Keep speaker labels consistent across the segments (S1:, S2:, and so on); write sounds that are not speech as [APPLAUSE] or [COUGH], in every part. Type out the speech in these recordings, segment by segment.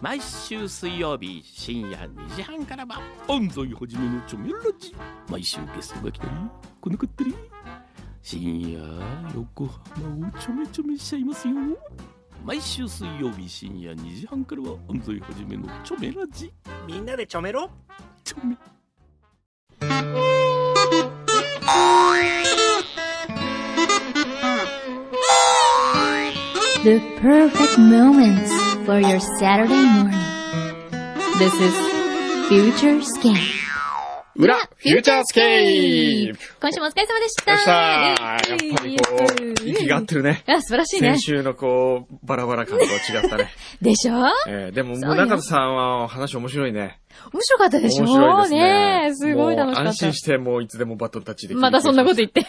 S1: 毎週水曜日深夜2時半からは安西はじめのチョメラジ毎週ゲストが来たり来なかったり深夜横浜をちょめちょめしちゃいますよ毎週水曜日深夜2時半からは安西はじめのチョメラジ
S2: みんなでちょめろ
S1: チョメ
S3: The perfect moments for your Saturday morning. This is Future Scan.
S4: 裏、フューチャースケープ
S3: 今週もお疲れ様でした。
S4: でしたやっぱ
S3: イエ
S4: り
S3: イ
S4: こう、
S3: イエイ
S4: 息が合ってるね。
S3: あ、素晴らしいね
S4: 先。週のこう、バラバラ感と違っ
S3: [LAUGHS]
S4: たね。
S3: でしょ面
S4: えーでも、
S3: そうよ
S4: 宗像さんは話面白いね。
S3: 白かったで
S4: 面
S3: しょ
S4: 白いですね。
S3: ねえすごい楽し
S4: もう
S3: かっ
S4: 安心
S3: た。
S4: して、もういつでもバトンタッチできる
S3: またそんなこと言って。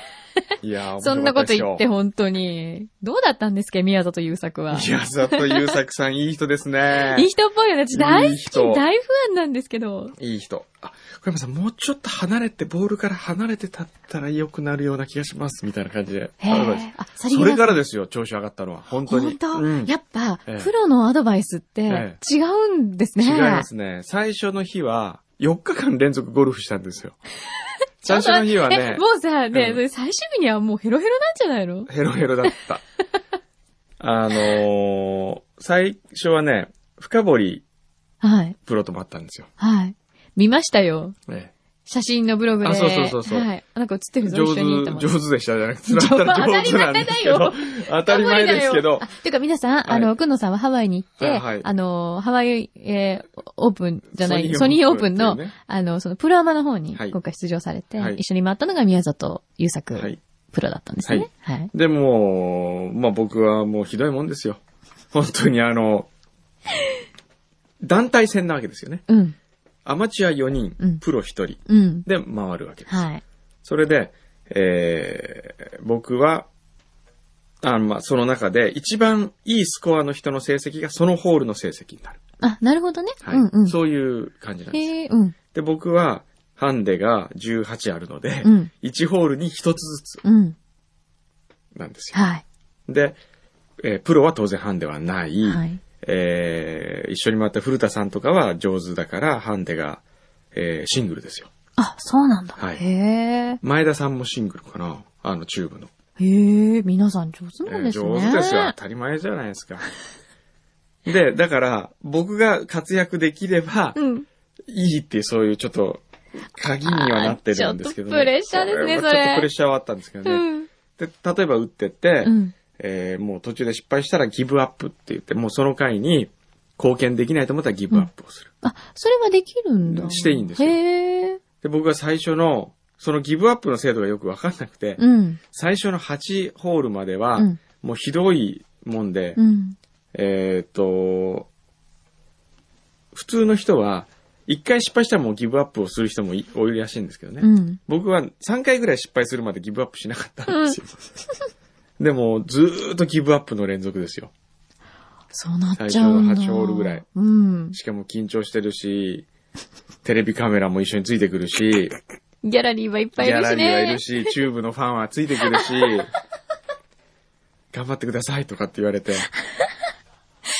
S4: いやー、面
S3: そんな
S4: 白かった
S3: こ
S4: で
S3: と
S4: す
S3: 言
S4: よ
S3: って、本当に。どうだったんですか宮里優作は。
S4: いや、ざっとゆうさくさん、いい人ですね。
S3: いい人っぽいよね。私大
S4: い
S3: 好
S4: い
S3: き、
S4: 人
S3: 大ファンなんですけど。
S4: いい人。あ、小山さん、もうちょっと離れて、ボールから離れて立ったら良くなるような気がします、みたいな感じで。
S3: へ
S4: アドバイ
S3: え。あ、さ
S4: ス
S3: り
S4: そ
S3: げな
S4: れ
S3: く
S4: からですよ、調子上がったのは。本当に。
S3: 本当、
S4: うん
S3: やっぱ、
S4: ええ
S3: プロのアドバイスって
S4: え
S3: 違うんですね。
S4: 違いますね。最初の日は、4日間連続ゴルフしたんですよ。最初の日は
S3: え [LAUGHS]
S4: ね
S3: も、うさ、ね、
S4: うん
S3: それ最終日にはもうヘロヘロなんじゃないの
S4: ヘロヘロだった。あのー最初はね、深堀
S3: はい。
S4: プロともあったんですよ。
S3: はい。見ましたよ。
S4: ね、
S3: 写真のブログで。
S4: あそうそうそうそう
S3: はい。なんか映ってるぞ、
S4: 上
S3: 一緒にいた
S4: 手、
S3: もん。
S4: 上手でしたじゃなくて、だったら上手なんですけど、当たり前ですけど
S3: あ、、ていうか皆さん、あの、くんのさんはハワイに行って、
S4: あはい
S3: あの、ハワイ、えーオープンじゃない、ソ
S4: ソ
S3: ニ
S4: ニ
S3: ー
S4: ー
S3: オ
S4: オ
S3: ー
S4: ー
S3: プ
S4: プ
S3: ン
S4: ン
S3: の、
S4: っていうね
S3: あの、そのプロアマの方に
S4: はい
S3: 今回出場されて、
S4: はい
S3: 一緒に回ったのが宮里優作
S4: はい
S3: プロだったんですね。はい。
S4: でもう、まあ僕はもうひどいもんですよ。本当にあの、団体戦なわけですよね。
S3: うん。
S4: アマチュア4人、
S3: うん
S4: プロ1人
S3: うん。
S4: で回るわけです。
S3: はい。
S4: それで、えー僕は、あまあ、その中で一番いいスコアの人の成績がそのホールの成績になる。
S3: あ、なるほどね。
S4: はい。
S3: うんうん。
S4: そういう感じなんですよ。
S3: へえ、うん。
S4: で、僕は、ハンデが18あるので、
S3: うん。
S4: 1ホールに1つずつ
S3: うん。
S4: なんですよ。
S3: はい。
S4: で、えープロは当然ハンデはない。
S3: はい。
S4: えー一緒に回った古田さんとかは上手だから、ハンデが、えーシングルですよ。
S3: あ、そうなんだ。
S4: はい
S3: へえ。
S4: 前田さんもシングルかなあの、チューブの。
S3: へえ、皆さん上手なん
S4: えー
S3: ですね。
S4: 上手ですよ。当たり前じゃないですか。 [LAUGHS] で、だから、僕が活躍できれば、
S3: うん。
S4: いいっていう、そういうちょっと、鍵にはなってるんですけど、
S3: あーちょっとプレッシャーですね
S4: は
S3: それ
S4: ちょっとプレッシャーはあったんですけど
S3: う
S4: ね。
S3: ん。
S4: で、例えば打ってって、
S3: うん。
S4: えーもう途中で失敗したらギブアップって言って、もうその回に貢献できないと思ったらギブアップをする。
S3: あ、それはできるんだ。
S4: していいんですよ
S3: へえ。
S4: で、僕は最初の、そのギブアップの制度がよくわかんなくて、
S3: うん。
S4: 最初の8ホールまでは、
S3: うん
S4: もうひどいもんで、
S3: うん。
S4: えーっと、普通の人は、一回失敗したらもうギブアップをする人もい多いらしいんですけどね。
S3: うん。
S4: 僕は3回ぐらい失敗するまでギブアップしなかったんですよ。 [LAUGHS] でも、ずーっとギブアップの連続ですよ。
S3: そうなっちゃうんだ。
S4: 最初の8ホールぐらい。
S3: うん。
S4: しかも緊張してるし、テレビカメラも一緒についてくるし、
S3: ギャラリーはいっぱいい
S4: ギ
S3: る
S4: ャ
S3: しね。
S4: ラリーはいるし、チューブのファンはついてくるし、頑張ってくださいとかって言われて、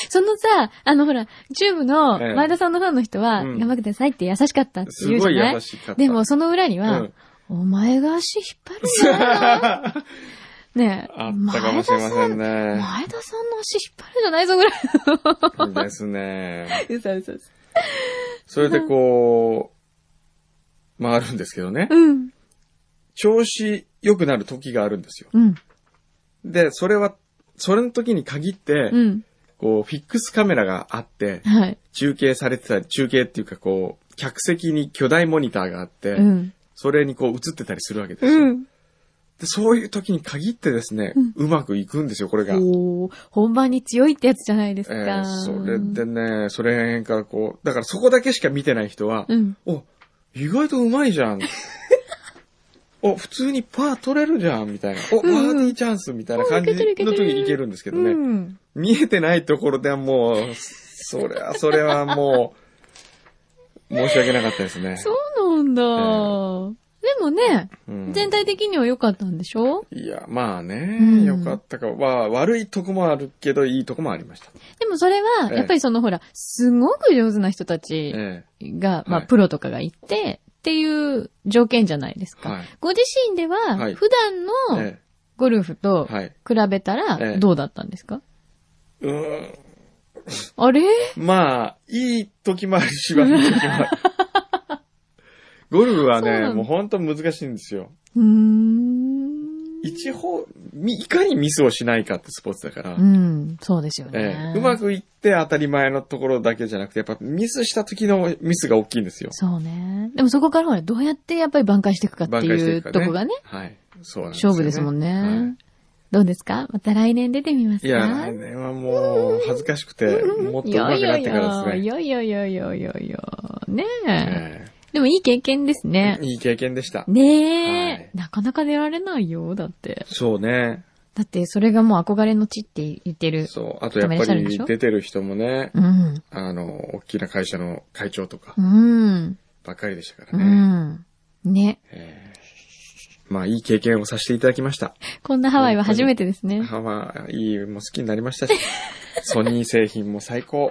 S3: そのさ、あのほら、チューブの
S4: ええ
S3: 前田さんのファンの人は、
S4: うん
S3: 頑張ってくださいって優しかったって
S4: す
S3: 言うじ
S4: ごい
S3: ゃない
S4: 優しかった。
S3: で
S4: [LAUGHS]
S3: も、その裏には、
S4: うん
S3: お前が足引っ張るんじゃないのねえ。
S4: [LAUGHS] あったかもしれませ
S3: 前田さん。前
S4: んね
S3: 田さんの足引っ張るんじゃないぞぐらい
S4: ですね。
S3: の。そうそうそ
S4: それでこう、回るんですけどね。
S3: う。うん。
S4: 調子良くなる時があるんですよ。
S3: うん。
S4: で、それは、それの時に限って、
S3: うん。
S4: こう、フィックスカメラがあって、
S3: はい。
S4: 中継されてたり、中継っていうかこう、客席に巨大モニターがあって、
S3: うん。
S4: それにこう映ってたりするわけですよ。
S3: うん。
S4: で、そういう時に限ってですね、うまくいくんですよ、これが。
S3: おー本番に強いってやつじゃないです
S4: え
S3: か。
S4: ーそれでね、それ辺からこう、だからそこだけしか見てない人は、
S3: うん。
S4: お、意外とうまい
S3: [LAUGHS]
S4: じゃん。お、普通にパー取れるじゃん、みたいな。お、バ
S3: うんうん
S4: ーディーチャンス、みたいな感じ
S3: おいけてるいけて
S4: の
S3: る
S4: 時にいけるんですけどね。
S3: うん。
S4: 見えてないところではもう、それは、
S3: [LAUGHS]
S4: それはもう、申し訳なかったですね。
S3: そうなんだ。もね、
S4: うん
S3: 全体的には良かったんでしょ
S4: いや、まあね、
S3: うん
S4: よかったか。まあ、悪いとこもあるけど、いいとこもありました。
S3: でもそれは、
S4: ええ
S3: やっぱりそのほら、すごく上手な人たち
S4: え
S3: が、まあ
S4: はい
S3: プロとかがいて、っていう条件じゃないです
S4: え。
S3: か。
S4: はい。
S3: ご自身で
S4: は
S3: は、
S4: い
S3: 普段の
S4: え
S3: ゴルフと
S4: え。はい。
S3: 比べた
S4: え
S3: ら
S4: え
S3: どうだったんですか、
S4: うーん。
S3: あれ
S4: まあ、いい時もあるし、悪い時もある。ゴルフ
S3: [LAUGHS]
S4: は
S3: そうな
S4: ね、
S3: の
S4: もうほんと難しいんですよ。
S3: うーん。
S4: 一方、みいかにミスをしないかってスポーツだから。
S3: うん、そうですよね
S4: え。え、うま。くいって当たり前のところだけじゃなくて、やっぱミスした時のミスが大きいんですよ。
S3: そうね。でもそこからほら、どうやってやっぱり挽回していくかって
S4: 挽回し
S3: い
S4: て
S3: う
S4: いくかね
S3: とこがね、
S4: はい。そうなんですよ、
S3: 勝負ですもんね。
S4: はい
S3: どうですかまた来年出てみますか
S4: いや、来年はもう恥ずかしくて、もっと上手くなってからです
S3: い
S4: ね。
S3: やいやいやいやいやいやいや。ねえ。
S4: え
S3: でもいい経験ですね
S4: え。いい経験でした。
S3: ねえ、
S4: はい
S3: なかなか出られないよ、だって。
S4: そうね。
S3: だって、それがもう憧れの地って言ってる。
S4: そう。あとやっ
S3: 止めらっしゃ
S4: ぱ
S3: るんでし
S4: り
S3: ょ
S4: 出てる人もね、
S3: うん。
S4: あの、大きな会社の会長とか
S3: うん。
S4: ばっかりでしたか
S3: う
S4: らね。
S3: ん。ね。
S4: ええまあ、いい経験をさせていただきました。
S3: こんなハワイは初めてですね。
S4: ハワイも好きになりま [LAUGHS] したし、ソニー製品も最高。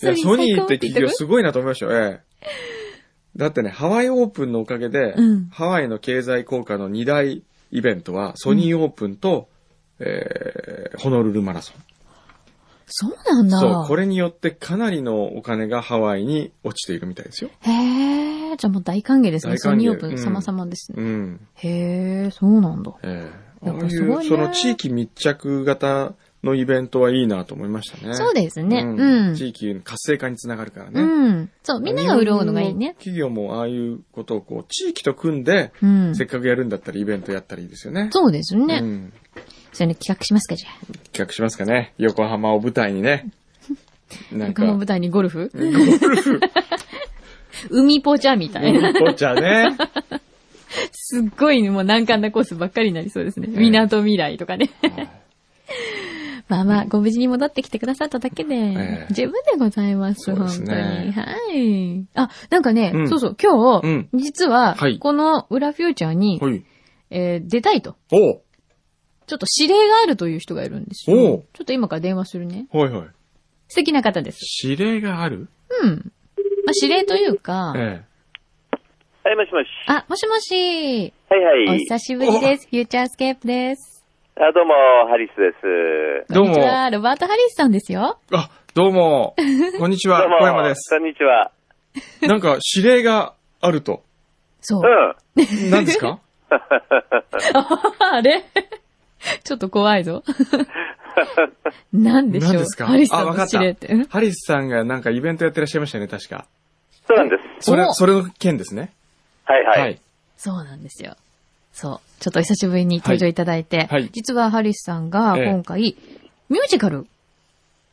S4: いや、ソニーって企業すごいなと思いましたよ。ええ。だってね、ハワイオープンのおかげで、
S3: うん
S4: ハワイの経済効果の2大イベントは、ソニーオープンと、えーホノルルマラソン。
S3: そうなんだ。
S4: そう、これによってかなりのお金がハワイに落ちているみたいですよ。
S3: へえ、じゃあもう大歓迎ですね。
S4: 大歓
S3: ソ
S4: 迎
S3: ニーオープ
S4: う
S3: ン
S4: ん
S3: 様々ですね。
S4: うん。
S3: へえ、そうなんだ。
S4: ええ
S3: やっ
S4: あ
S3: ぱ
S4: あい
S3: すご
S4: う、
S3: いね
S4: その地域密着型のイベントはいいなと思いましたね。
S3: そうですね。
S4: う
S3: うんん。
S4: 地域の活性化につながるからね。
S3: うん。そう、みんなが潤うのがいいね。
S4: 日本の企業もああいうことをこう、地域と組んで、
S3: うん。
S4: せっかくやるんだったらイベントやったらいいですよね。
S3: そうです
S4: う
S3: ね。
S4: ん。
S3: それね、企画しますか、じゃあ。
S4: 企画しますかね。横浜を舞台
S3: [LAUGHS]
S4: にね。なん
S3: 横
S4: か、
S3: 浜舞台にゴルフ
S4: ゴルフ、
S3: [LAUGHS] 海ポチャみたいな。
S4: ゴチ
S3: [LAUGHS]
S4: ャね。
S3: すっごいね、もう難関なコースばっかりになりそうですね。港未来とかね。 [LAUGHS] まあまあ、ご無事に戻ってきてくださっただけで
S4: え、え
S3: 十分でございます、
S4: そう
S3: 本
S4: で
S3: 当
S4: す
S3: に。
S4: ね
S3: はい。あ、なんかね
S4: う、ん
S3: そうそう、今
S4: う
S3: 日
S4: ん、
S3: 実は
S4: は、い
S3: この裏フューチャーに、
S4: はい。
S3: えー出たいと。
S4: おう
S3: ちょっと指令があるという人がいるんですよ。
S4: おう
S3: ちょっと今から電話するね。
S4: はいはい。
S3: 素敵な方です。
S4: 指令がある
S3: うん。まあ、指令というか、
S4: え
S2: はい、もしもし。
S3: あ、もしもし、
S2: はい
S3: お
S2: はい。
S3: 久しぶりです。フューチャースケープです。
S2: あどうも、ハリスです。
S4: どうも
S3: こんにちは、ロバート・ハリスさんですよ。
S4: え。あ、どうも。こんにちは
S2: どう。も、
S4: 小山です。
S2: こんにちは。
S4: なんか、指令があると。
S3: そう
S2: う。ん。
S4: 何ですか
S3: [LAUGHS] あれ [LAUGHS] ちょっと怖
S4: [LAUGHS]
S3: いぞ。何でしょう
S4: 何ですか
S3: ハリスさ
S4: あ
S3: ん
S4: わか
S3: の
S4: った
S3: 指令って。うん
S4: [LAUGHS] ハリスさんがなんかイベントやってらっしゃいましたよね、確か。
S2: そうなんです。
S4: それ
S3: お、
S4: それの件ですね。
S2: はいはい。。
S3: そうなんですよ。そう。ちょっと久しぶりに登場いただいて、
S4: はい
S3: 実はハリスさんが
S4: ええ
S3: 今回、ミュージカル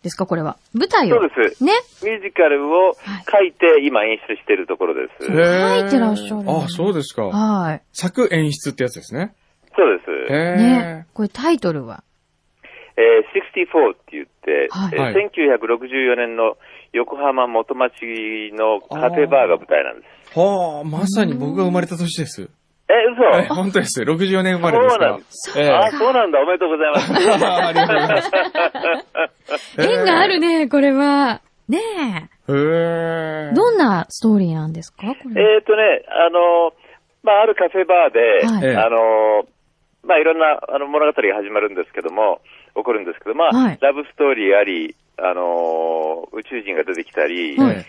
S3: ですかこれは。舞台を。
S2: そうです
S3: ね。
S2: ミュージカルを書いて、今演出しているところです。そうで
S3: 書いてらっしゃる
S4: あ、そうですか。
S3: はい。
S4: 作演出ってやつですね。
S2: す。
S4: へえ
S3: ね。。これタイトルは。
S2: えー、64って言って、
S3: はい
S2: えー
S4: はい
S2: 1964年の横浜元町のカフェバーが舞台なんです。
S4: はあ、まさに僕が生まれた年です。
S2: え、
S4: え
S2: 嘘
S4: 本当です。64年生まれですから。
S3: そ
S4: ええ
S2: あ、そうなんだ。おめでとうございま
S3: [LAUGHS]
S2: す。
S4: あありがとうございます。
S3: 縁があるね、これは。ね
S4: へ
S3: え。
S4: え。
S3: どんなストーリーなんですかこれ。
S2: えっ、とね、あの、まあ、あるカフェバーで、
S3: はい
S2: あの、まあ、いろんなあの物語が始まるんですけども、起こるんですけど、まあ、
S3: はい
S2: ラブストーリーあり、あの、宇宙人が出てきたり、
S3: はい
S4: え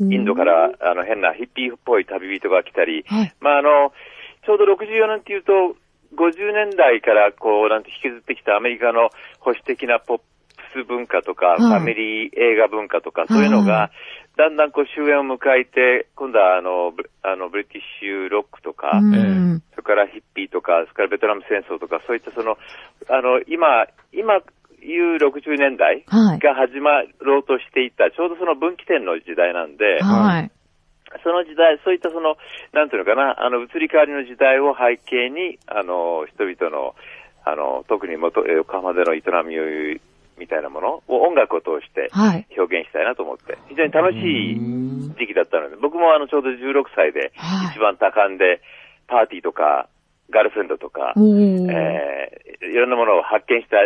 S2: インドからあの変なヒッピーっぽい旅人が来たり、
S3: はい。
S2: まあ、あの、ちょうど64年っていうと、50年代からこう、なんて引きずってきたアメリカの保守的なポップス文化とか、
S3: い
S2: ファミリー映画文化とか、そういうの
S3: は
S2: が、だんだんこう終焉を迎えて、今度はあの、ブあのブリティッシュロックとか、
S3: うん。
S2: それからヒッピーとか、それからベトナム戦争とか、そういったその、あの、今、今いう60年代
S3: はい。
S2: が始まろうとしていた、ちょうどその分岐点の時代なんで、
S3: はい。
S2: その時代、そういったその、なんていうのかな、あの、移り変わりの時代を背景に、あの、人々の、あの、特に元、えー横浜での営みみたいなものを音楽を通して
S3: はい。
S2: 表現したいなと思って、非常に楽しい時期だったので、僕もあのちょうど16歳で
S3: はい
S2: 一番多感で、パーティーとか、ガールフレンドとか、
S3: おー。
S2: えーいろんなものを発見した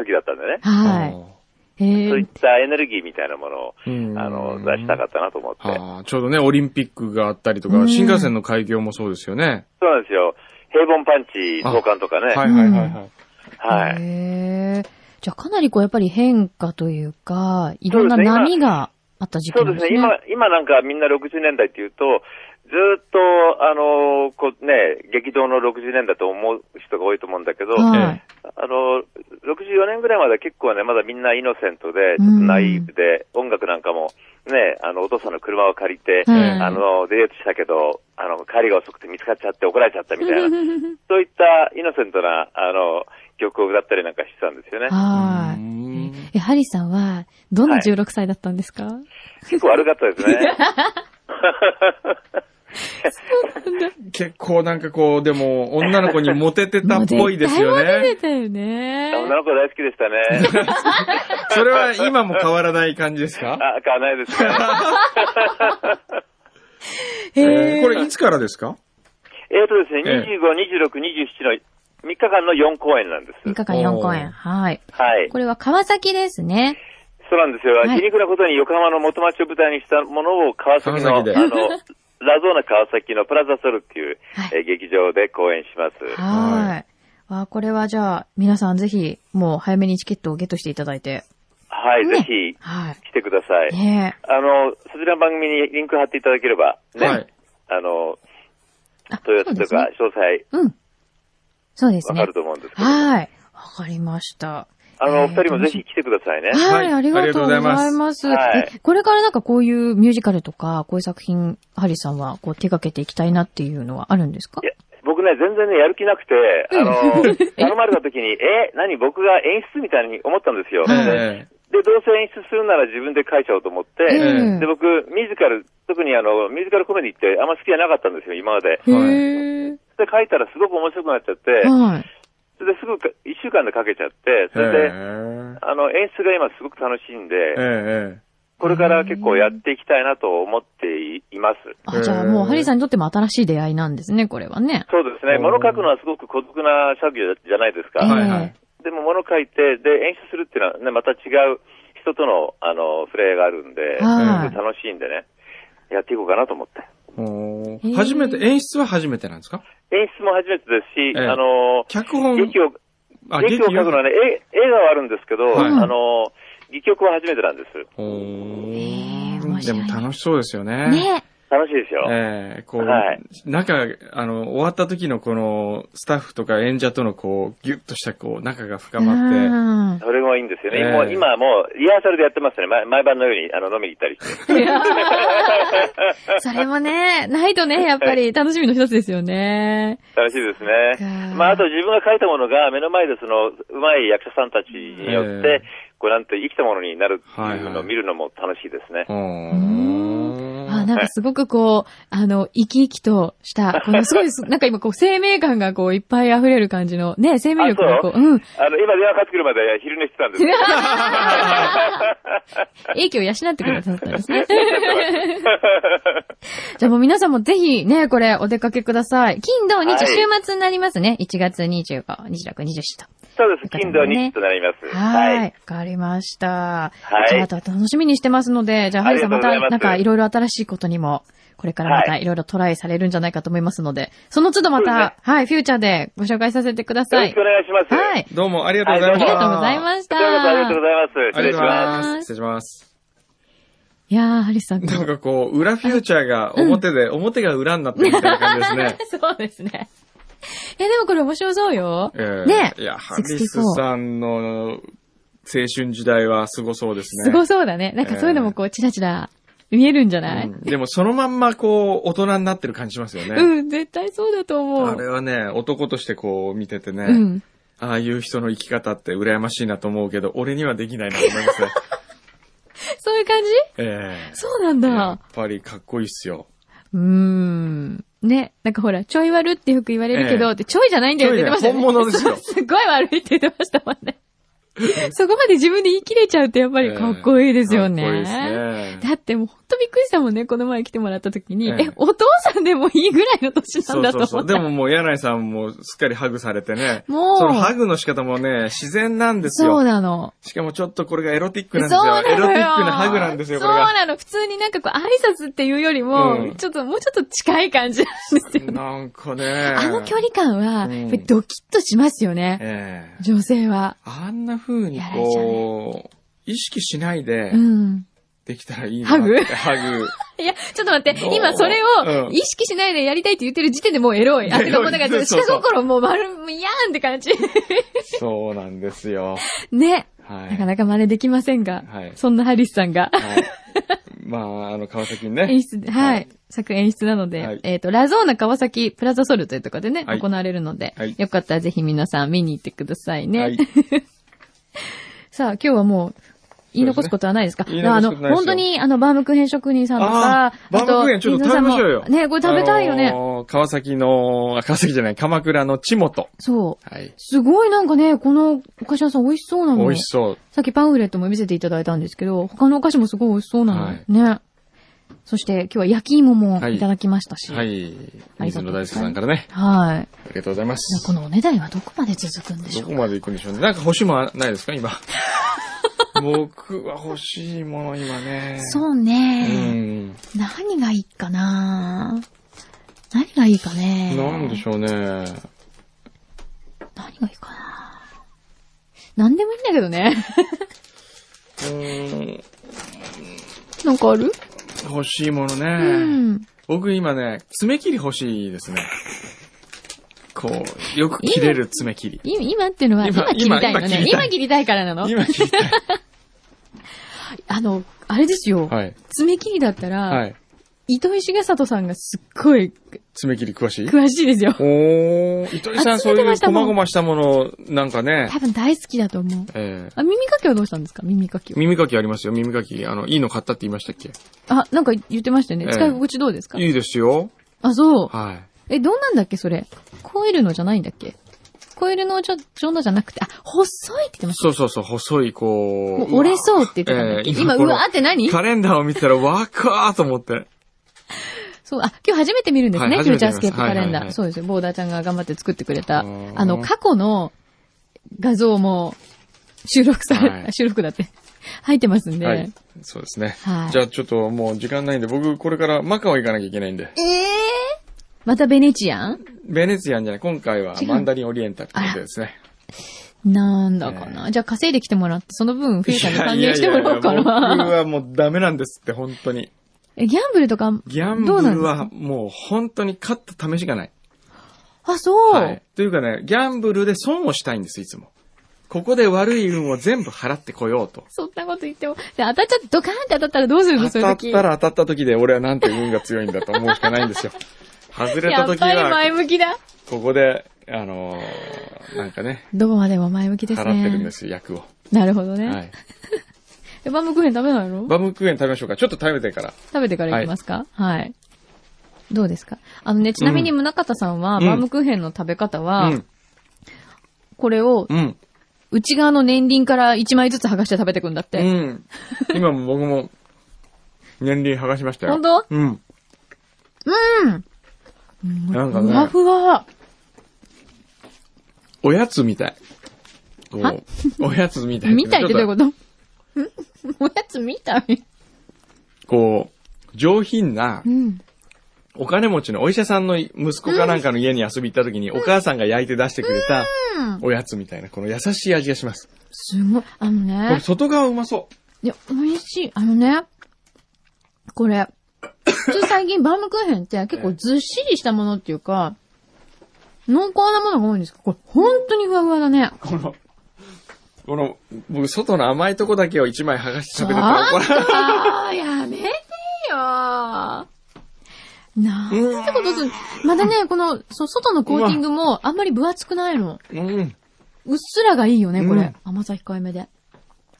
S2: 時だったんでね、
S3: は
S4: あ
S3: い。え
S2: そういっ
S3: ー、
S2: たエネルギーみたいなものを、
S4: ー
S2: あの、出したかったなと思って。
S4: あーちょうどね、オリンピックがあったりとか、
S3: うん
S4: 新幹線の開業もそうですよね。
S2: そうなんですよ。平凡パンチ投函とかね。
S4: はいはいはいはい。
S2: はい。
S3: えー。じゃあかなりこうやっぱり変化というか、いろんな
S2: そうですね
S3: 波があった時期
S2: そう
S3: なん
S2: で
S3: ですす
S2: ね。
S3: ね。
S2: 今、今なんかみんな60年代っていうと、ずーっと、あのーこうね、激動の60年代と思う人が多いと思うんだけど、あ
S3: はい。
S2: のー64年ぐらいまでは結構ね、まだみんなイノセントで、ち
S3: う
S2: ょっと
S3: ん
S2: ナイーブで、音楽なんかも、ね、あの、お父さんの車を借りて、
S3: はい
S2: あの、デートしたけど、あの、帰りが遅くて見つかっちゃって怒られちゃったみたいな、そういったイノセントな、あの、曲を歌ったりなんかしてたんですよね。
S3: は
S4: う
S3: い。
S4: ん
S3: え、ハリーさんは、どんな
S2: はい
S3: 16歳だったんですか、
S2: 結構悪かったですね。
S4: 結構なんかこう、でも、女の子にモテてたっぽいですよ
S3: もう
S4: ね。
S3: 絶対モテてたよね。
S2: 女の子大好きでしたね。
S4: それは今も変わらない感じですか
S2: あ、買わないですね。
S3: へ
S4: え
S3: ー
S4: ーこれいつからですか
S2: えーとですね、
S4: ええ
S2: 25、26、27の3日間の4公演なんです
S3: 3。日間4公演。はい。
S2: はい。
S3: これは川崎ですね。
S2: そうなんですよ。
S3: はい
S2: 皮肉なことに横浜の元町を舞台にしたものを川崎の、あ
S4: 川
S2: の、 [LAUGHS]
S4: 崎で
S2: ラゾーナ川崎のプラザソルっていう、
S3: は
S2: え
S3: い
S2: ー劇場で公演します。
S3: はい。わあ、これはじゃあ、皆さんぜひ、もう早めにチケットをゲットしていただいて。
S2: はい、
S3: ね
S2: ぜひ
S3: は
S2: 来てくださ
S3: い。
S2: い。
S3: ねえ。
S2: あの、そちらの番組にリンク貼っていただければ、ね、
S4: はい
S2: あの、
S3: あ
S2: 問い合わせとか
S3: ね。
S2: 詳細
S3: うん。そうです
S2: わ
S3: ね
S2: かる。と思うんですけど、
S3: はい。わかりました。
S2: あ
S3: えー
S2: の、お二人もぜひ来てくださいね。
S3: はい、
S4: はい
S3: ありがとうござい
S4: ありがとう
S3: ます。
S2: はい
S3: えこれからなんかこういうミュージカルとか、こういう作品、ハリーさんはこう手掛けていきたいなっていうのはあるんですか
S2: いや、僕ね、全然ね、やる気なくて、あの、頼まれた時に、え、何僕が演出みたいに思ったんですよ。
S4: え
S2: で、どうせ演出するなら自分で書いちゃおうと思って、
S4: え
S2: で、僕、ミュージカル、特にあの、ミュージカルコメディってあんま好きじゃなかったんですよ、今まで。
S3: へ
S4: は
S3: ー
S4: い
S2: で、書いたらすごく面白くなっちゃって、
S3: はい。
S2: それですぐか、一週間で書けちゃって、そ
S4: ええ
S2: れで、
S4: え
S2: あの、演出が今すごく楽しいんで、
S4: ええ
S2: これから結構やっていきたいなと思っていいます。
S3: あ、じゃあもう、ハリーさんにとっても新しい出会いなんですね、これはね。
S2: そうですね、物書くのはすごく孤独な作業じゃないですか。
S3: ええ
S4: はいはい
S2: でも物書いて、で、演出するっていうのはね、また違う人との、あの、触れ合いがあるんで、
S3: はい
S2: すごく楽しいんでね、やっていこうかなと思って。
S4: お
S3: へ
S4: ー
S3: え
S4: 初めて、演出は初めてなんですか
S2: 演出も初めてですし、
S4: ええ
S2: あの、
S4: 脚本、
S2: 劇を、
S4: あ
S2: 劇を書くのはね、え映画はあるんですけど、
S4: はい
S2: あの、戯曲は初めてなんです。
S4: お
S3: え
S4: ー
S3: 面
S4: で
S3: 白い
S4: も楽しそうですよね。
S3: ね
S2: 楽しいですよ。
S4: ええこう、
S2: はい
S4: なんか、あの、終わった時のこの、スタッフとか演者とのこう、ギュッとしたこう、仲が深まって、
S3: うん
S2: それもいいんですよね。
S4: ええ
S2: もう今はもう、リハーサルでやってますね。毎毎晩のように、あの、飲みに行ったりして。
S3: [LAUGHS] それもね、ないとね、やっぱり楽しみの一つですよね。
S2: 楽しいですね
S3: か。
S2: まあ、あと自分が書いたものが目の前でその、うまい役者さんたちによっ
S4: ええ
S2: て、こうなんて生きたものになるって
S4: はいいうは
S2: のを
S4: い
S2: 見るのも楽しいですね。
S4: う
S3: ーあ、なん
S2: は
S3: か
S2: い
S3: すごくこう、あの、生き生きと
S2: [LAUGHS]
S3: した、このすごいす、なんか今こう、生命感がこう、いっぱい溢れる感じの、ね、生命力がこう、うん、 [LAUGHS]
S2: あの、今電話かかってくるまで昼寝してたんですけど
S3: 影響を養ってくださった
S2: [LAUGHS]
S3: んですね。じゃあもう皆さんもぜひね、これお出かけください。金、土、日、
S2: はい
S3: 週末になりますね。1月25、26、27と。
S2: そうです。金土日となります。
S3: はい。わ
S2: はい。
S3: かりました。
S2: はい
S3: じゃあ、あとは楽しみにしてますので、じゃあ、ハ
S2: あ
S3: リ
S2: り
S3: ーさん
S2: がと
S3: ま
S2: うござ
S3: た、
S2: います
S3: なんか、いろいろ新しいことにも、これからまた
S2: はい
S3: ろいろトライされるんじゃないかと思いますので、その都度ま
S2: そうです
S3: た、はい、フューチャーでご紹介させてくだ
S2: よ
S3: さ
S2: ろ
S3: い
S2: しく。お願いします。
S3: はい。。
S4: どうもありがとうござい
S3: あ
S4: まし
S3: り
S4: た。
S3: がとうございました。
S2: こちらこそありがとうございます。
S4: あ
S2: 失
S4: り
S2: 礼し
S4: がとうござい
S2: ます。
S4: ます。失礼します。
S3: いやー、ハリーさんと。。
S4: なんかこう、裏フューチャーが表で、表が裏になってるみたいな感じです
S3: [LAUGHS]
S4: ね
S3: そうですね。え、でもこれ面白そうよ。
S4: ええ
S3: ね
S4: いや、ハ
S3: 64
S4: リスさんの青春時代はすごそうですね。
S3: すごそうだね。なんかそういうのもこう、チラチラ見えるんじゃない、
S4: うんでもそのまんまこう、大人になってる感じしますよね。
S3: うん、絶対そうだと思
S4: あれ
S3: う。
S4: はね、男としてこう見ててね、
S3: うん。
S4: ああいう人の生き方って羨ましいなと思うけど、俺にはできないなと思いますね。
S3: そういう感じ
S4: ええ
S3: そうなん
S4: や
S3: だ
S4: っ。ぱりかっこいいっすよ。
S3: うーん。ね。なんかほら、ちょい悪ってよく言われるけど、
S4: ええ
S3: でちょいじゃないんだよって言ってましたよね。 [LAUGHS]
S4: ちょいだよ本物ですよ
S3: そうすっごい悪いって言ってましたもんね。そこまで自分で言い切れちゃうってやっぱりかっこいいですよね。
S4: かっこいいですね。
S3: だってもうほんとびっくりしたもんね、この前来てもらった時に。
S4: ええ
S3: え、お父さんでもいいぐらいの年な
S4: そ
S3: ん
S4: う
S3: だと
S4: そ
S3: 思っ
S4: う
S3: た。
S4: そう。でももう柳井さんもすっかりハグされてね。
S3: もう
S4: そのハグの仕方もね、自然なんです
S3: そう
S4: よ。
S3: なの。
S4: しかもちょっとこれがエロティック
S3: そう
S4: なんです
S3: な
S4: よ。
S3: のよ。
S4: エロティックなハグなんですよ、こ
S3: そう
S4: れが。
S3: なの。普通になんかこう挨拶っていうよりも、
S4: うん
S3: ちょっともうちょっと近い感じなんですよね。
S4: なんかね。
S3: あの距離感は、
S4: うん
S3: やっぱりドキッとしますよね。
S4: ええ
S3: 女性は。
S4: あんな風に
S3: やられちゃう
S4: こう、意識しないで
S3: うん。
S4: できたらいいなって。
S3: ハグ
S4: ハグ。
S3: いや、ちょっと待って
S4: ど、う
S3: 今それ
S4: う
S3: を
S4: ん
S3: 意識しないでやりたいって言ってる時点でもうエ
S4: [LAUGHS]
S3: ロい。あ、てかもうなんかちょっと
S4: そうそう
S3: 下心もう丸、もうやーんって感じ。
S4: そうなんですよ。
S3: ね。
S4: はい。
S3: なかなか真似できませんが、
S4: はい
S3: そんなハリスさんが、
S4: はい。まあ、あの、川崎にね
S3: 演。出で、はい、
S4: はい
S3: 作演出なので、
S4: はい
S3: えっ、と、ラゾーナ川崎プラザソルというところでね、
S4: はい
S3: 行われるので、
S4: はい
S3: よかったらぜひ皆さん見に行ってくださいね。
S4: はい。
S3: さあ、今日はもう、言い残すことはないですか
S4: そうですね
S3: まああ
S4: 言い
S3: の、
S4: 残すことないで
S3: 本当
S4: すよ
S3: に、あの、バームクーヘン職人さんとか、
S4: あーバームクーヘンちょっと
S3: 水野さんも
S4: 食べましょうよ
S3: ね、これ食べたいよね。
S4: あのー川崎の、あ川崎じゃない、鎌倉の千本。
S3: そう。
S4: はい。
S3: すごいなんかね、このお菓子屋さん美味しそうなの。
S4: 美味しそう。
S3: さっきパンフレットも見せていただいたんですけど、他のお菓子もすごい美味しそうなの。
S4: はい
S3: ね。そして今日は焼き芋も
S4: はい
S3: いただきましたし。
S4: は
S3: はい。
S4: い。水野大輔さんからね。ありがとうございま
S3: じゃあ
S4: す
S3: こ。のおねだりはどこまで続くんでし
S4: ど
S3: ょ
S4: こ
S3: う
S4: まで行くんでしょうね。なんか欲しいものないですか、今。 [LAUGHS] 僕は欲しいもの、今ね。
S3: そう
S4: う
S3: ね、
S4: ん。
S3: 何がいいかな何がいいかね
S4: なんでしょうね。
S3: 何がいいかな何でもいいんだけどね。 [LAUGHS]
S4: うん。
S3: なんかある
S4: 欲しいもの
S3: う
S4: ね。
S3: ん。
S4: 僕今ね、爪切り欲しいですね。こう、よく切れる爪切り。
S3: 今今っていうのは、今
S4: 今
S3: 切りたいのね。
S4: 今
S3: 今
S4: 今
S3: 切りたいからなの
S4: 今切
S3: [LAUGHS]
S4: りたい。
S3: あの、あれですよ。
S4: はい。
S3: 爪切りだったら、
S4: はい。
S3: 糸井重里さんがすっごい
S4: 爪切り詳しい
S3: 詳しいですよ。
S4: おー、糸井さん、
S3: 集
S4: そ
S3: め
S4: う
S3: て
S4: い
S3: ま
S4: う
S3: した
S4: 細
S3: もん
S4: 々したもの、なんかね
S3: 多、分大好きだと思う。
S4: え
S3: あ、耳かきはどうしたんですか耳かき
S4: ー
S3: を。
S4: 耳かきありますよ、耳かき。あの、いいの買ったって言いましたっけ
S3: あ、なんか言ってましたよね。
S4: ええ
S3: 使い心地どうですか、
S4: いいですよ。
S3: あ、そう。
S4: は
S3: え、どうなんだっけそれ。コイルのじゃないんだっけコイルのちょ、ちょうのじゃなくて、あ、細いって言って
S4: い。
S3: まし
S4: そうそうそう、細い、こ
S3: た。
S4: う。
S3: もう折れそうって言ってたんだっけ、
S4: ええ
S3: 今、
S4: こ
S3: う
S4: の
S3: わーって何
S4: カレンダーを見てたら、わーかーと思って。
S3: そう、あ、今日初めて見るんですね。
S4: はい
S3: フュー
S4: 初め
S3: チャ
S4: て
S3: ース
S4: 見ま
S3: ケ
S4: す
S3: ープカレンダー。
S4: はいはいはい
S3: そうですよ。ボーダーちゃんが頑張って作ってくれた、
S4: あー
S3: あの、過去の画像も収録され、
S4: はい
S3: あ収録だって。 [LAUGHS] 入ってますんで。
S4: はい。そうですね。
S3: はい
S4: じゃあ、ちょっともう時間ないんで、僕、これからマカオ行かなきゃいけないんで。
S3: ええまたベネチアン
S4: ベネツィアンじゃない、今回は
S3: 違う
S4: マンダリンオリエンタルってことですね。
S3: なんだかな、じゃあ稼いできてもらって、その分、冬さんに還元してもらおうか
S4: いやいやいや僕
S3: な。
S4: はもうダメなんですって、本当に。
S3: え、ギャンブルとか、
S4: ギャン
S3: どう
S4: ブ
S3: なん
S4: ル
S3: です
S4: は
S3: か
S4: もう本当に勝った試しがない。
S3: あ、そう、
S4: はい。というかね、ギャンブルで損をしたいんです、いつも。ここで悪い運を全部払ってこようと。
S3: そんなこと言っても。で当たっちゃって、ドカーンって当たったらどうするのそ
S4: 当
S3: うい
S4: た
S3: う
S4: っ
S3: 時。
S4: たら当たった時で俺はなんて運が強いんだと思うしかない
S3: [LAUGHS]
S4: んですよ。外れ
S3: や
S4: た
S3: っ
S4: 時
S3: ぱり前
S4: は、
S3: 向きだ。
S4: ここで、あのーなんかね、
S3: どこまでも前向きですね。
S4: 払ってるんですよ、役を。
S3: なるほどね。
S4: はい。
S3: え、バームクーヘン食べないの
S4: バームクーヘン食べましょうか。ちょっと食べてから。
S3: 食べてから行きますか、はい、どうですかあのね、ちなみに宗像さんは、
S4: うん
S3: バームクーヘンの食べ方は、
S4: うん。
S3: これを
S4: うん。
S3: 内側の年輪から1枚ずつ剥がして食べてくんだっ
S4: う
S3: て。
S4: ん。今も僕も、年輪剥がしましたよ。
S3: 本当
S4: うん。うん。なんか
S3: ふわ
S4: ね、
S3: ふわ。
S4: おやつみたい。こ
S3: は
S4: う、おやつみた
S3: [LAUGHS]
S4: い。
S3: みたいってどういう
S4: ちょ
S3: こ
S4: っ
S3: とんおやつみたい
S4: とこう、上品な
S3: う、ん。
S4: お金持ちのお医者さんの息子かなんかの家に遊び行った時に、お母さんが焼いて出してくれた、おやつみたいな、この優しい味がします。
S3: すごい。あの
S4: これ
S3: ね、
S4: 外側うまそ
S3: いや、美味しい。あのね、これ、普通最近バームクーヘンって結構ずっしりしたものっていうか、濃厚なものが多いんですけど、これ本当にふわふわだね。
S4: う。この、この、僕、外の甘いとこだけを一枚剥がして食べてたら
S3: あ
S4: 怒られる。
S3: あーやめてよーなんてことすんまだ
S4: [LAUGHS]
S3: ね、この、そ外のコーティングもあんまり分厚くないの。
S4: うん。
S3: うっすらがいいよね、これ。
S4: うん
S3: 甘さ控えめで。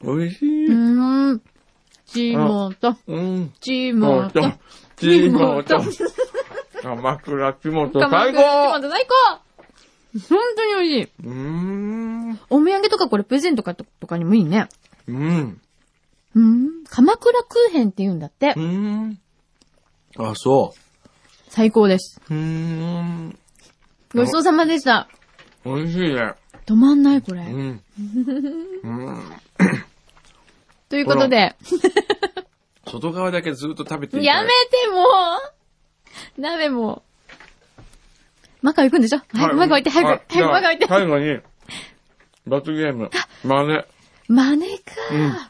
S4: 美味し
S3: う
S4: い。
S3: ーん。チーモンと、
S4: うん。
S3: チーモンと。
S4: 地元。鎌倉地元
S3: 鎌倉
S4: 最
S3: チーモ
S4: 高
S3: ンと最高本当に美味しい。
S4: うーん。
S3: お土産とかこれプレゼントかととかにもいいね。
S4: うん。
S3: うん。鎌倉空編って言うんだって
S4: う。ーん。あ、そ
S3: 最高です。
S4: う。うーん。
S3: ごちそうさまでした。
S4: 美味しいね。
S3: 止まんない、これ。
S4: うん。うん。
S3: ということで、
S4: 外側だけずっと食べていたい
S3: やめて、もうダメ、もう。マカオ行くんでしょ早くマカオ行って、早く、早くマカオ行って。
S4: 最後に、罰ゲーム。まあね。
S3: 真似か、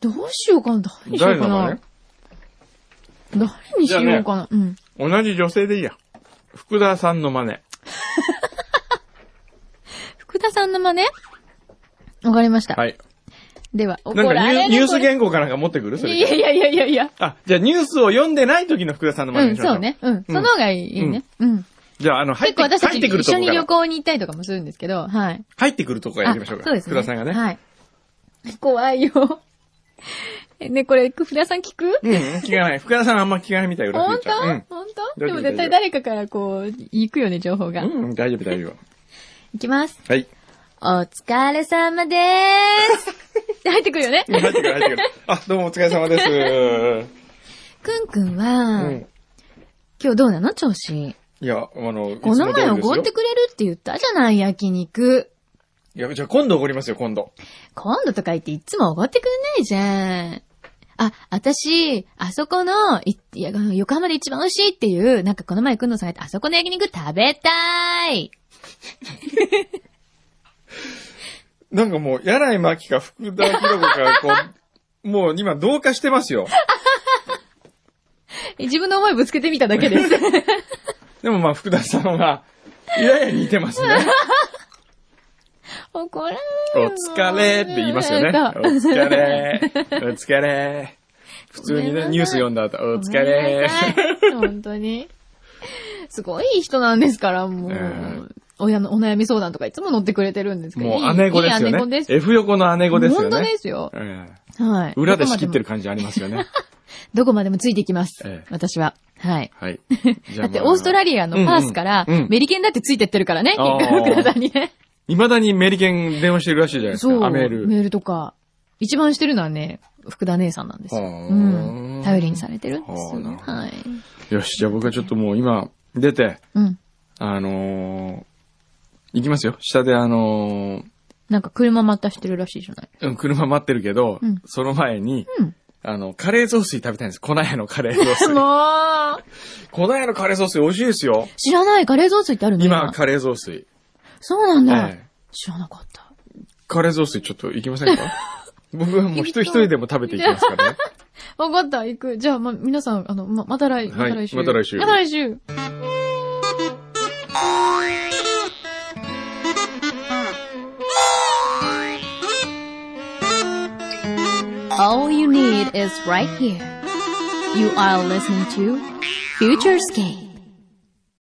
S3: どうしようかな誰にしようか
S4: 誰の真
S3: な、
S4: 似
S3: 誰にしようかな、うん。
S4: 同じ女性でいいや。福田さんの真似。
S3: 福田さんの真似わかりました。
S4: はい。
S3: では、怒
S4: なんからニュ
S3: れ
S4: ーニュー
S3: る
S4: ス
S3: これ
S4: 原稿かなんか持ってくるそれ。
S3: いやいやいやいやいや。
S4: あ、じゃあニュースを読んでない時の福田さんの
S3: う
S4: 真似に
S3: ん、
S4: しましょう。
S3: そうね。うん。その方がいいね。うん。
S4: じゃあ、あの、入っ
S3: 結構
S4: て
S3: 私たち
S4: 入ってくる
S3: 一緒
S4: と
S3: に
S4: こ
S3: 旅
S4: から。
S3: 行に行ったりとかもするんですけど、はい。
S4: 入ってくるとこからやりましょう
S3: あ
S4: か。
S3: そうですね。
S4: 福田さんがね。
S3: はい。怖いよ。 [LAUGHS] えね、これ、福田さん聞く
S4: うん、聞かない。福田さんあんま聞かないみたい、裏
S3: 本
S4: 切っち
S3: 当
S4: ゃう
S3: 本
S4: 大丈
S3: 当
S4: 夫
S3: でも絶対誰かからこう、行くよね、情報が。
S4: うん、うん、大丈夫、大丈夫。
S3: いきます。
S4: はい。
S3: お疲れ様でーす。
S4: [LAUGHS]
S3: って入ってくるよね。
S4: 入ってくる、入ってくる。あ、どうもお疲れ様です。
S3: くんくん
S4: う
S3: は、
S4: ん。
S3: 今日どうなの調子。
S4: いや、あの、
S3: この前
S4: いつも通りですよ
S3: おごってくれるって言ったじゃない、焼肉。
S4: いや、じゃあ今度おごりますよ、今度。
S3: 今度とか言っていつもおごってくれないじゃん。あ、私、あそこの、いいや、あの横浜で一番美味しいっていう、なんかこの前くんのさんが言って、あそこの焼肉食べたい。
S4: なんかもう、柳井真紀か福田博子か、こ
S3: [LAUGHS]
S4: う、もう今同化してますよ。
S3: 自分の思いぶつけてみただけ
S4: [LAUGHS]
S3: です。
S4: でもまあ、福田さんは、やや似てますね。
S3: [LAUGHS] 怒られ
S4: お疲れって言いますよね。お疲れ。お疲れ。普通にね、ニュース読んだ後、お疲れ。
S3: ごめんなさい。本当に。すごいいい人なんですから、もう。
S4: うん
S3: 親のお悩み相談とかいつも乗ってくれてるんですけど。
S4: も
S3: いうい
S4: 姉子です
S3: い
S4: よ
S3: い姉
S4: ね
S3: 子です。。
S4: F 横の姉子ですよね。
S3: 本当ですよ。
S4: え
S3: はい。
S4: え裏で仕切って
S3: る。
S4: る感じありますよね。
S3: どこまでもついていきます。
S4: ええ
S3: 私は。はい。
S4: はい。
S3: [LAUGHS]
S4: じゃ
S3: だ
S4: あ
S3: って、オーストラ
S4: リ
S3: リアのパースから、
S4: うんうんうん
S3: メリケンだってついてってるからね、
S4: あー
S3: 結局福田さんにね。
S4: ア。未だにメリケン電話してるらしいじゃないです
S3: そう。
S4: か。アメール。
S3: とか。一番してるのはね、福田姉さんなんですよ。
S4: はあ
S3: うん。頼りにされてるんですよ。
S4: はあなるほど
S3: はい。
S4: よし、じゃあ僕はちょっともう今、出て、
S3: うん。
S4: あのー、行きますよ。下であのー
S3: なんか車またしてるらしいじゃない。
S4: うん、車待ってるけど、
S3: うん
S4: その前に、
S3: うん
S4: あの、カレー雑炊食べたいんです。粉屋のカレー雑
S3: [LAUGHS]
S4: 炊。
S3: もう
S4: 粉屋のカレー雑炊美味しいですよ。
S3: 知らない、カレー雑炊ってあるの
S4: 今、カレー雑炊。
S3: そうなんだ、
S4: ええ
S3: 知らなかった。
S4: カレー雑炊ちょっと行きませんか
S3: [LAUGHS]
S4: 僕はもう一人一人でも食べていきますからね。
S3: わかった、行く。じゃあ、ま、皆さん、あの、ま、また来、
S4: は
S3: ま
S4: い
S3: た来週。
S4: また来週
S3: また来週。
S5: All you need is right here. You are listening to Futurescape.